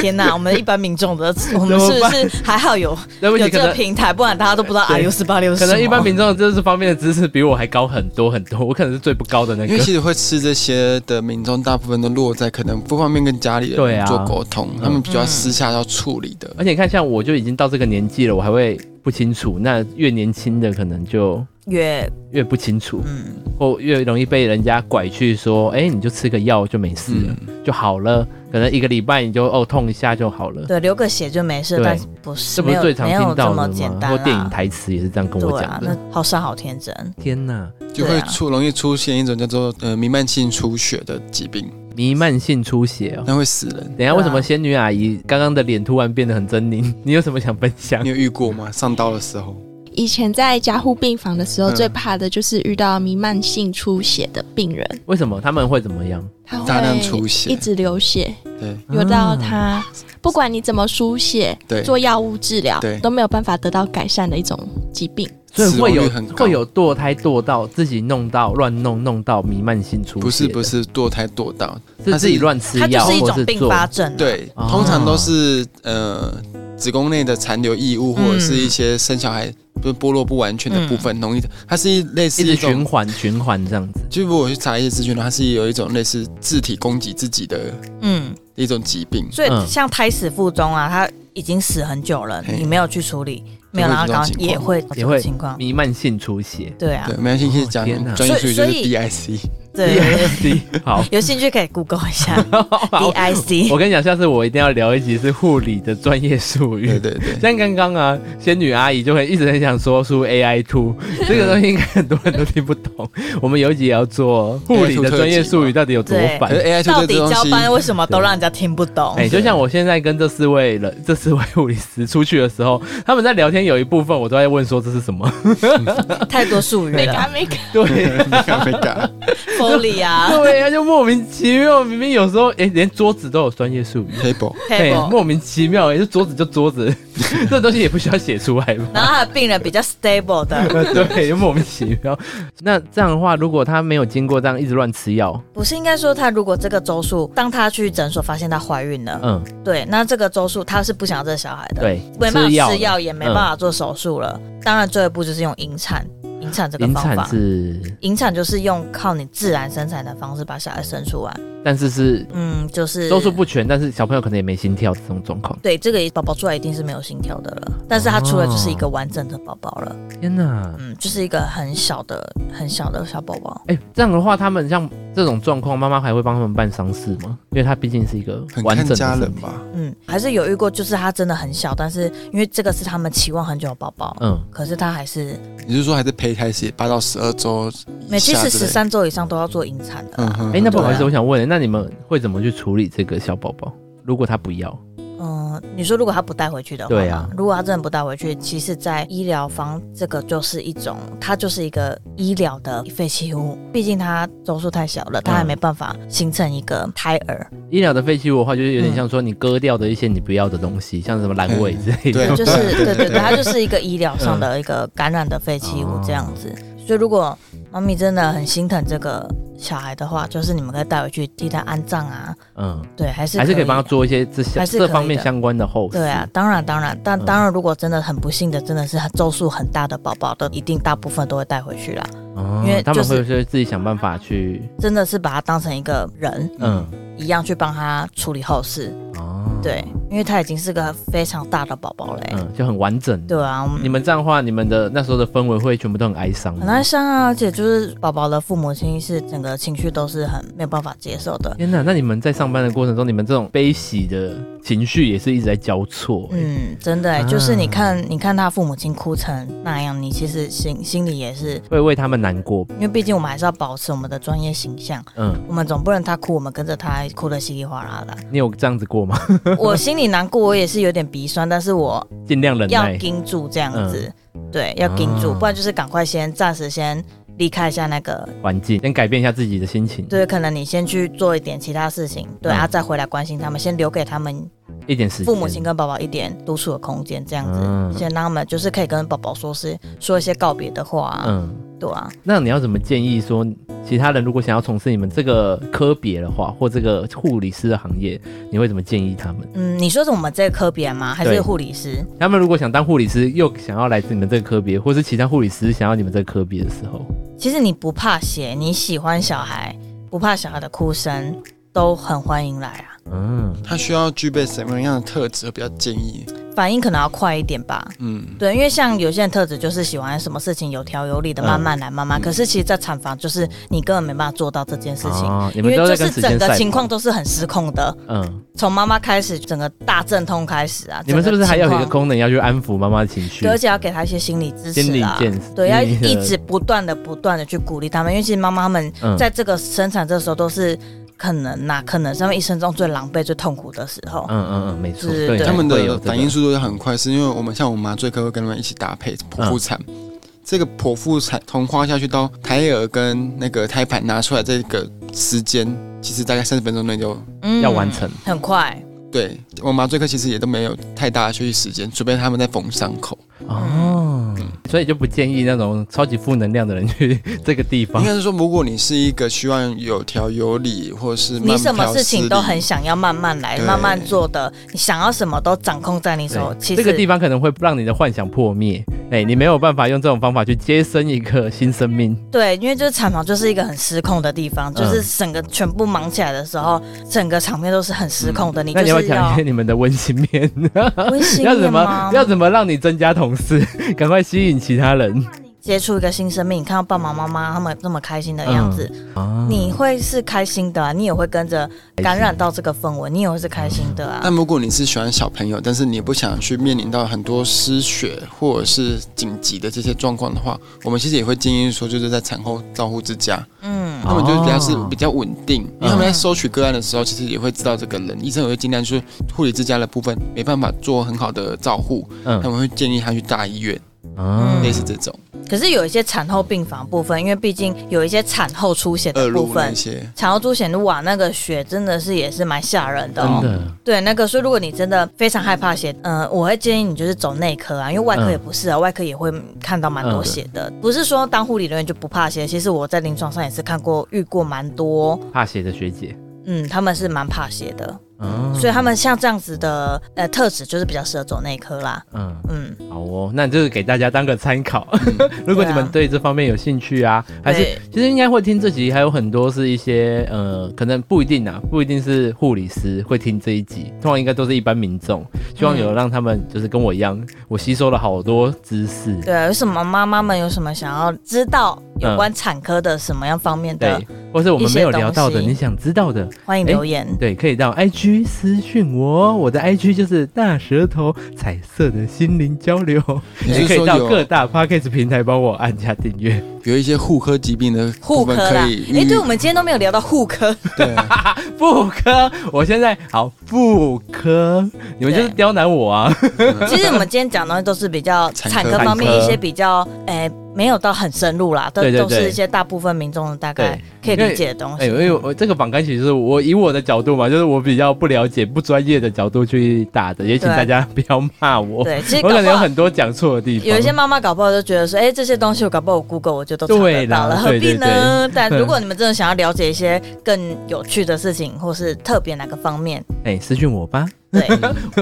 Speaker 2: 天哪，我们一般民众的，我们
Speaker 1: 怎
Speaker 2: 是不
Speaker 1: 么办
Speaker 2: 是还好有
Speaker 1: 对不
Speaker 2: 有
Speaker 1: 起，
Speaker 2: 这
Speaker 1: 可
Speaker 2: 个
Speaker 1: 能
Speaker 2: 平台，不然大家都不知道
Speaker 1: 对
Speaker 2: R U 四八六是什
Speaker 1: 可
Speaker 2: 么
Speaker 1: 能一般民众这是方面的知识比我还高很多很多，我可能是最不高的那
Speaker 3: 因为
Speaker 1: 个。
Speaker 3: 其实会吃这些的民众，大部分都落在可能不方便跟家里
Speaker 1: 对
Speaker 3: 人
Speaker 1: 啊嗯
Speaker 3: 做沟通，他们比较私下要处理的。
Speaker 1: 而且你看，像我就已经到这个年纪了，我还会不清楚。那越年轻的可能就
Speaker 2: 越
Speaker 1: 越不清楚，
Speaker 2: 嗯
Speaker 1: 或越容易被人家拐去说，哎、你就吃个药就没事
Speaker 3: 嗯
Speaker 1: 了、
Speaker 2: 嗯
Speaker 1: 就好了。可能一个礼拜你就哦痛一下就好了。
Speaker 2: 对流个血就没事，
Speaker 1: 对
Speaker 2: 但是不是
Speaker 1: 这不
Speaker 2: 没
Speaker 1: 是
Speaker 2: 有
Speaker 1: 最常
Speaker 2: 没有
Speaker 1: 听
Speaker 2: 这
Speaker 1: 到
Speaker 2: 么
Speaker 1: 的
Speaker 2: 简
Speaker 1: 吗？
Speaker 2: 单
Speaker 1: 或
Speaker 2: 啦
Speaker 1: 电影台词也是这样跟我
Speaker 2: 对
Speaker 1: 讲
Speaker 2: 啊，
Speaker 1: 的。
Speaker 2: 那好傻好天真，
Speaker 1: 天哪，
Speaker 3: 就会
Speaker 2: 对啊
Speaker 3: 出容易出现一种叫做呃弥漫性出血的疾病，
Speaker 1: 弥漫性出血
Speaker 2: 嗯
Speaker 1: 哦。
Speaker 3: 那会死人。
Speaker 1: 等一下，为什么
Speaker 2: 啊
Speaker 1: 仙女阿姨刚刚的脸突然变得很狰狞？ 你有什么想分享
Speaker 3: 你？有遇过吗？上刀的时候，
Speaker 4: 以前在加护病房的时候，
Speaker 3: 嗯
Speaker 4: 最怕的就是遇到弥漫性出血的病人，
Speaker 1: 为什么他们会怎么样？
Speaker 4: 他
Speaker 3: 大量
Speaker 4: 会
Speaker 3: 出
Speaker 4: 一
Speaker 3: 血，
Speaker 4: 直流血，
Speaker 3: 对
Speaker 4: 流到
Speaker 1: 嗯
Speaker 4: 他不管你怎么输血、
Speaker 3: 对，
Speaker 4: 做药物治疗
Speaker 3: 对，
Speaker 4: 都没有办法得到改善的一种疾病。
Speaker 1: 所以
Speaker 3: 死
Speaker 1: 会
Speaker 3: 亡率
Speaker 1: 有
Speaker 3: 很高
Speaker 1: 会有堕胎堕到自己弄到乱弄弄到弥漫性出血，
Speaker 3: 不是不，是堕胎堕到，
Speaker 1: 是
Speaker 3: 它
Speaker 1: 自己乱吃
Speaker 2: 它就
Speaker 1: 药
Speaker 2: 是一
Speaker 1: 或
Speaker 2: 种
Speaker 1: 是
Speaker 2: 并
Speaker 1: 做
Speaker 2: 发症、啊，
Speaker 3: 对，
Speaker 1: 哦
Speaker 3: 通常都是呃子宫内的残留异物，或者是一些生小孩就剥落不完全的部分，容易的，它是一类似
Speaker 1: 一直
Speaker 3: 一种
Speaker 1: 循。环循环这样子。
Speaker 3: 就如果我去查一些资讯的话，它是有一种类似自体攻击自己的
Speaker 2: 嗯，
Speaker 3: 一种疾病，
Speaker 2: 所以
Speaker 1: 嗯
Speaker 2: 像胎死腹中啊，它已经死很久了，
Speaker 3: 嘿
Speaker 2: 你没有去处理，没有让它赶快
Speaker 3: 就会有这种
Speaker 2: 也
Speaker 3: 情
Speaker 2: 会
Speaker 1: 也
Speaker 2: 有
Speaker 1: 会
Speaker 2: 这种情况，
Speaker 1: 弥漫性出血。
Speaker 2: 对啊
Speaker 3: 对，，没关系，可以
Speaker 1: 哦天哪
Speaker 3: 讲专业术语就
Speaker 2: 所
Speaker 3: 是
Speaker 2: 以所以
Speaker 3: DIC，
Speaker 2: 对，，
Speaker 1: DIC ，E 好
Speaker 2: 有兴趣可以 Google 一下 D
Speaker 1: 好
Speaker 2: I C，
Speaker 1: 我跟你讲，下次我一定要聊一集是护理的专业术语
Speaker 3: 对。对对。
Speaker 1: 像刚刚啊，仙女阿姨就会一直很想说出 AI two 这个东西，应该很多人都听不懂。我们有一集也要做护理的专业 术语到底有多烦
Speaker 3: 可。是 AI
Speaker 2: 到
Speaker 3: 就
Speaker 2: 底
Speaker 3: 这东
Speaker 2: 交
Speaker 3: 西，
Speaker 2: 班为什么都让人家听不懂
Speaker 1: 哎、？就像我现在跟这四位人、 这四位护理师出去的时候，他们在聊天，有一部分我都在问说这是什么。
Speaker 2: 太多术语
Speaker 4: 没
Speaker 2: 了
Speaker 3: 啊
Speaker 4: 敢 没敢，
Speaker 1: 对
Speaker 3: 没敢没敢，
Speaker 2: ，Foley 啊
Speaker 1: 对呀，就莫名其妙，明明有时候哎、连桌子都有专业术语。
Speaker 3: table
Speaker 1: 哎、
Speaker 2: ，Table，
Speaker 1: 莫名其妙哎、就桌子就桌子， 这东西也不需要写出来 吧？
Speaker 2: 然后他的病人比较 stable 的，
Speaker 1: 对，就莫名其妙。那这样的话，如果他没有经过这样一直乱吃药，
Speaker 2: 不是应该说他如果这个周数，当他去诊所发现她怀孕了，
Speaker 1: 嗯，
Speaker 2: 对，那这个周数他是不想要这个小孩的，，
Speaker 1: 对，
Speaker 2: 没办法
Speaker 1: 吃药嗯
Speaker 2: 吃药，也没办法做手术了。当然，最后一步就是用引产，引产这个
Speaker 1: 引
Speaker 2: 方
Speaker 1: 产
Speaker 2: 法。
Speaker 1: 是，
Speaker 2: 引产就是用靠你自然生产的方式把小孩生出来，
Speaker 1: 但是是
Speaker 2: 嗯，就是
Speaker 1: 周数不全，但是小朋友可能也没心跳这种状况。
Speaker 2: 对，这个宝宝出来一定是没有心跳的了，但是他出来就是一个完整的宝宝了，
Speaker 1: 天哪！
Speaker 2: 嗯，就是一个很小的、很小的小宝宝。
Speaker 1: 哎、这样的话，他们像这种状况，妈妈还会帮他们办丧事吗？因为他毕竟是一个
Speaker 3: 很
Speaker 1: 完整
Speaker 3: 看
Speaker 1: 的
Speaker 3: 家人
Speaker 1: 身体。
Speaker 3: 吧，
Speaker 2: 嗯，还是有遇过，就是他真的很小，但是因为这个是他们期望很久的宝宝，
Speaker 1: 嗯，
Speaker 2: 可是他还是
Speaker 3: 你是说还是胚胎是八到十二周以
Speaker 2: 每其
Speaker 3: 下
Speaker 2: 实
Speaker 3: 之类
Speaker 2: 十
Speaker 3: 的？
Speaker 2: 三周以上都要做引产的
Speaker 3: 嗯
Speaker 2: 啦。
Speaker 3: 哼，
Speaker 1: 哎、那不好意思，
Speaker 2: 对啊
Speaker 1: 我想问，那你们会怎么去处理这个小宝宝？如果他不要，
Speaker 2: 嗯，你说如果他不带回去的话，
Speaker 1: 对啊，
Speaker 2: 如果他真的不带回去，其实，在医疗方这个就是一种，它就是一个医疗的废弃物，毕竟他周数太小了，他
Speaker 1: 嗯
Speaker 2: 还没办法形成一个胎儿，
Speaker 1: 医疗的废弃物的话，就是有
Speaker 2: 嗯
Speaker 1: 点像说你割掉的一些你不要的东西，像什么阑尾之类的。
Speaker 3: 嗯对
Speaker 2: 就是对对对，它就是一个医疗上的一个感染的废弃
Speaker 1: 嗯
Speaker 2: 物这样子。所以，如果妈咪真的很心疼这个小孩的话，就是你们可以带回去替他安葬啊，
Speaker 1: 嗯，
Speaker 2: 对，还是
Speaker 1: 还是可以
Speaker 2: 的
Speaker 1: 帮他做一些
Speaker 2: 还
Speaker 1: 这相
Speaker 2: 是可以
Speaker 1: 这
Speaker 2: 的
Speaker 1: 方面相关的后事。
Speaker 2: 对啊，，当然当然，但
Speaker 1: 嗯
Speaker 2: 当然，如果真的很不幸的，真的是周数很大的宝宝的，一定大部分都会带回去啦。
Speaker 1: 哦、
Speaker 2: 因为
Speaker 1: 他们
Speaker 2: 就是
Speaker 1: 会是自己想办法去，
Speaker 2: 真的是把他当成一个人
Speaker 1: 嗯，
Speaker 2: 一样去帮他处理后事，
Speaker 1: 哦，，
Speaker 2: 对，因为他已经是个非常大的宝宝嘞、
Speaker 1: 嗯，就很完整。
Speaker 2: 对啊，
Speaker 1: 你
Speaker 2: 嗯
Speaker 1: 们这样的话，你们的那时候的氛围会全部都很哀伤吗。
Speaker 2: 很哀伤啊，而且就是宝宝的父母亲是整个情绪都是很没有办法接受的，
Speaker 1: 天呐，那你们在上班的过程中，你们这种悲喜的情绪也是一直在交错、欸
Speaker 2: 嗯，真的、
Speaker 1: 啊
Speaker 2: 就是你看你看他父母亲哭成那样，你其实心心里也是，
Speaker 1: 会为他们难过。
Speaker 2: 因为毕竟我们还是要保持我们的专业形象，
Speaker 1: 嗯，
Speaker 2: 我们总不能他哭我们跟着他哭的稀里哗啦的，
Speaker 1: 你有这样子过吗？
Speaker 2: 我心里难过，我也是有点鼻酸，但是我
Speaker 1: 尽量忍
Speaker 2: 要
Speaker 1: 耐。
Speaker 2: 盯住这样子，对，要盯住，
Speaker 1: 啊
Speaker 2: 不然就是赶快先暂时先离开一下那个，
Speaker 1: 环境，先改变一下自己的心情，
Speaker 2: 对，可能你先去做一点其他事情，对，
Speaker 1: 嗯
Speaker 2: 然后再回来关心他们，先留给他们
Speaker 1: 一点时间。
Speaker 2: 父母亲跟宝宝一点独处的空间，这样子，
Speaker 1: 嗯
Speaker 2: 先让他们就是可以跟宝宝说是说一些告别的话啊、
Speaker 1: 嗯，
Speaker 2: 对啊，
Speaker 1: 那你要怎么建议说其他人如果想要从事你们这个科别的话，或这个护理师的行业，你会怎么建议他们？
Speaker 2: 嗯，你说是我们这个科别吗？还
Speaker 1: 对
Speaker 2: 是护理师？
Speaker 1: 他们如果想当护理师，又想要来自你们这个科别，或是其他护理师想要你们这个科别的时候，
Speaker 2: 其实你不怕血，你喜欢小孩，不怕小孩的哭声，都很欢迎来啊。
Speaker 1: 嗯，
Speaker 3: 他需要具备什么样的特质？我比较建议，
Speaker 2: 反应可能要快一点吧。
Speaker 3: 嗯，
Speaker 2: 对，因为像有些人特质就是喜欢什么事情有条有理的，
Speaker 1: 嗯
Speaker 2: 慢慢来，慢慢。可是其实，在产房就是你根本没办法做到这件事情，
Speaker 1: 哦，你
Speaker 2: 因
Speaker 1: 们
Speaker 2: 为
Speaker 1: 都
Speaker 2: 就
Speaker 1: 在跟
Speaker 2: 是
Speaker 1: 时
Speaker 2: 整
Speaker 1: 间赛
Speaker 2: 个
Speaker 1: 跑
Speaker 2: 情况，都是很失控的。
Speaker 1: 嗯，
Speaker 2: 从妈妈开始，整个大阵痛开始啊。
Speaker 1: 你们是不是还
Speaker 2: 整
Speaker 1: 有
Speaker 2: 情
Speaker 1: 一
Speaker 2: 况
Speaker 1: 个功能要去安抚妈妈的情绪
Speaker 2: 对，？而且要给她一些心理支
Speaker 1: 心
Speaker 2: 持
Speaker 1: 理
Speaker 2: 啊。
Speaker 1: 建
Speaker 2: 对， 要
Speaker 1: 心理的
Speaker 2: 一直不断的、不断的去鼓励他们，因为其实妈妈们
Speaker 1: 嗯
Speaker 2: 在这个生产这时候都是可能呐、可能是他们一生中最狼狈、最痛苦的时候。
Speaker 1: 嗯嗯嗯，没错，
Speaker 2: 是
Speaker 1: 对，
Speaker 2: 对
Speaker 3: 他们
Speaker 1: 会有
Speaker 3: 的
Speaker 1: 这个
Speaker 3: 反应速度要很快，是因为我们像我们麻醉科会跟他们一起搭配剖腹产。
Speaker 1: 嗯
Speaker 3: 这个剖腹产从花下去到胎儿跟那个胎盘拿出来，这个时间其实大概三十分钟内就
Speaker 2: 嗯
Speaker 1: 要完成，
Speaker 2: 很快。
Speaker 3: 对我麻醉科其实也都没有太大的休息时间，除非他们在缝伤口。
Speaker 2: 嗯
Speaker 1: 哦，所以就不建议那种超级负能量的人去
Speaker 2: 嗯
Speaker 1: 这个地方
Speaker 3: 应。该是说，如果你是一个希望有条有理，或是慢
Speaker 2: 你什么
Speaker 3: 条
Speaker 2: 事
Speaker 3: 斯
Speaker 2: 情
Speaker 3: 理
Speaker 2: 都很想要慢慢来、
Speaker 3: 对
Speaker 2: 慢慢做的，你想要什么都掌控在你手。哦其
Speaker 1: 对，
Speaker 2: 实
Speaker 1: 这个地方可能会让你的幻想破灭，哎，你没有办法用这种方法去接生一个新生命。
Speaker 2: 对，因为就是产房就是一个很失控的地方，
Speaker 1: 嗯
Speaker 2: 就是整个全部忙起来的时候，整个场面都是很失控的。你
Speaker 1: 嗯那
Speaker 2: 就
Speaker 1: 你要
Speaker 2: 是
Speaker 1: 不要讲一些你们的温馨 面？
Speaker 2: 温馨
Speaker 1: 要怎
Speaker 2: 面
Speaker 1: 么
Speaker 2: 吗？
Speaker 1: 要怎么让你增加同事， 赶快吸引其他人
Speaker 2: 接触一个新生命，你看到爸爸妈妈他们那么开心的样子，
Speaker 1: 啊
Speaker 2: 你会是开心的啊、你也会跟着感染到这个氛围，你也会是开心的啊。
Speaker 3: 但如果你是喜欢小朋友，但是你不想去面临到很多失血或者是紧急的这些状况的话，我们其实也会建议说，就是在产后照护之家，
Speaker 2: 嗯，
Speaker 3: 他们就比较是
Speaker 1: 哦
Speaker 3: 比较稳定，因为他们在收取个案的时候，其实也会知道这个人，医生也会尽量去护理之家的部分没办法做很好的照护，他
Speaker 1: 嗯
Speaker 3: 们会建议他去大医院，
Speaker 1: 啊
Speaker 2: 嗯
Speaker 3: 类似这种
Speaker 2: 可是有一些产后病房部分，因为毕竟有一些产后出血
Speaker 1: 呃
Speaker 3: 恶
Speaker 2: 的部
Speaker 3: 露那
Speaker 2: 分。
Speaker 3: 些，
Speaker 2: 产后出血，哇，那个血真的是也是蛮吓人的、哦。
Speaker 1: 真的
Speaker 2: 对，那个，所以如果你真的非常害怕血，嗯，我会建议你就是走内科啊，因为外科也不是
Speaker 1: 嗯
Speaker 2: 啊，外科也会看到蛮多血的，不是说当护理人员就不怕血。其实我在临床上也是看过、遇过蛮多，
Speaker 1: 怕血的学姐，
Speaker 2: 嗯，他们是蛮怕血的，
Speaker 1: 嗯
Speaker 2: 所以他们像这样子的呃特质，就是比较适合走内科啦。
Speaker 1: 嗯。
Speaker 2: 嗯，
Speaker 1: 好哦，那就是给大家当个参考。 如果你们对这方面有兴趣啊，还是
Speaker 2: 啊对
Speaker 1: 其实应该会听这集，还有很多是一些呃，可能不一定啊，不一定是护理师会听这一集，通常应该都是一般民众。希望有让他们就是跟我一样，我吸收了好多知识。
Speaker 2: 对，啊有什么妈妈们有什么想要知道有关产科的什么样方面的，
Speaker 1: 对，或是我们没有聊到
Speaker 2: 一
Speaker 1: 的，
Speaker 2: 些东西
Speaker 1: 你想知道的，
Speaker 2: 欢迎
Speaker 1: 哎
Speaker 2: 留言。
Speaker 1: 对，可以到 IG 私讯我哦，我的 IG 就是大舌头彩色的心灵交流，
Speaker 3: 也
Speaker 1: 也
Speaker 3: 就
Speaker 1: 可
Speaker 3: 是
Speaker 1: 以
Speaker 3: 说
Speaker 1: 到各
Speaker 3: 有
Speaker 1: 大 Podcast 平台帮我按下订阅。
Speaker 3: 有一些护科疾病的
Speaker 2: 护
Speaker 3: 部
Speaker 2: 科
Speaker 3: 分
Speaker 2: 啦
Speaker 3: 可以，
Speaker 2: 哎、
Speaker 3: 预
Speaker 2: 对，我们今天都没有聊到护 科，
Speaker 3: 对。
Speaker 1: 妇科，我现在好妇科，你们就是
Speaker 2: 对
Speaker 1: 刁难我啊！
Speaker 2: 其实我们今天讲的东西都是比较
Speaker 3: 产科
Speaker 2: 产科方面
Speaker 1: 产科
Speaker 2: 一些比较，诶、没有到很深入啦，都
Speaker 1: 对对
Speaker 2: 都
Speaker 1: 对
Speaker 2: 是一些大部分民众大概可以理解的东西。
Speaker 1: 哎、因为我这个榜单其实是我以我的角度嘛，就是我比较不了解、不专业的角度去打的，也请
Speaker 2: 对
Speaker 1: 大家不要骂哎我。
Speaker 2: 对，其实搞
Speaker 1: 我可能
Speaker 2: 不
Speaker 1: 有
Speaker 2: 好
Speaker 1: 很多讲错的地方。
Speaker 2: 有一些妈妈搞不好就觉得说，哎、这些东西我搞不好我 Google 我就都查得
Speaker 1: 对啦
Speaker 2: 到了，何
Speaker 1: 对
Speaker 2: 必
Speaker 1: 对
Speaker 2: 呢？但
Speaker 1: 嗯
Speaker 2: 如果你们真的想要了解一些更有趣的事情，或是特别哪个方面，
Speaker 1: 哎、私讯我吧，
Speaker 2: 对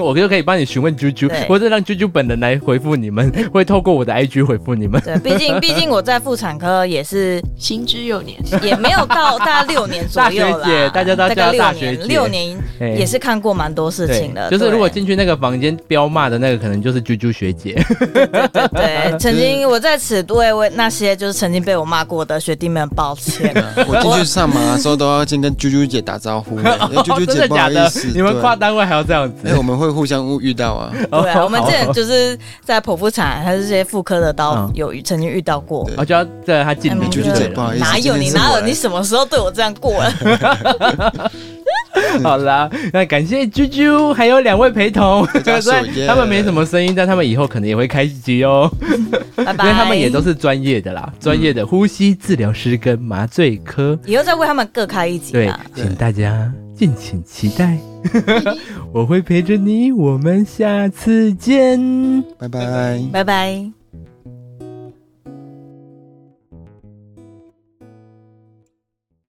Speaker 1: 我就可以帮你询问啾啾，
Speaker 2: 对
Speaker 1: 或者让啾啾本人来回复你们，会透过我的 IG 回复你们。
Speaker 2: 对，毕竟毕竟我在妇产科也是
Speaker 4: 行之有年，
Speaker 2: 也没有到大概六年左右
Speaker 1: 大
Speaker 2: 啦，
Speaker 1: 学姐大家都要
Speaker 2: 大
Speaker 1: 叫
Speaker 2: 概
Speaker 1: 大
Speaker 2: 六
Speaker 1: 学姐
Speaker 2: 年，六年
Speaker 1: 哎
Speaker 2: 也是看过蛮多事情的，
Speaker 1: 对就是
Speaker 2: 对
Speaker 1: 如果进去那个房间彪骂的那个，可能就是啾啾学姐。
Speaker 2: 对，曾经我在此为为那些就是曾经被我骂过的学弟们抱 歉。
Speaker 3: 我进去上马的时候都要先跟啾啾姐打招 呼、欸，因为 啾啾
Speaker 1: 哦真
Speaker 3: 姐
Speaker 1: 的
Speaker 3: 不
Speaker 1: 假
Speaker 3: 好
Speaker 1: 的
Speaker 3: 意思，？
Speaker 1: 你们
Speaker 3: 对
Speaker 1: 跨单位还要这样子
Speaker 3: 哎、？我们会互相遇到 啊，
Speaker 2: 对啊，我们
Speaker 1: 哦好
Speaker 2: 之前就是在剖腹产还是这些妇科的都
Speaker 1: 嗯
Speaker 2: 有曾经遇到过。
Speaker 3: 对
Speaker 1: 我就要在他进
Speaker 2: 哎
Speaker 1: 你
Speaker 2: 我
Speaker 1: 就
Speaker 2: 觉
Speaker 1: 对
Speaker 2: 得
Speaker 3: 不好
Speaker 1: 了。
Speaker 3: 意思
Speaker 2: 哪有
Speaker 3: 今天
Speaker 2: 你
Speaker 3: 是
Speaker 2: 哪
Speaker 3: 我
Speaker 2: 有
Speaker 3: 来
Speaker 2: 你什么时候对我这样过 了？
Speaker 1: 好啦，那感谢啾啾，还有两位 陪同，
Speaker 3: 家属
Speaker 1: 虽然
Speaker 3: 耶
Speaker 1: 他们没什么声音，但他们以后可能也会开机哦，
Speaker 2: 拜
Speaker 1: 因
Speaker 2: 拜。
Speaker 1: 为他们也都是专业的
Speaker 3: 嗯
Speaker 1: 啦，专业的呼吸治疗师跟
Speaker 3: 啊
Speaker 1: 麻醉科。
Speaker 2: 以后再为他们各开一集
Speaker 1: 对
Speaker 2: 啦。，
Speaker 1: 请大家敬请期 待，我会陪着你，我们下次见。
Speaker 3: 拜拜。
Speaker 2: 拜拜。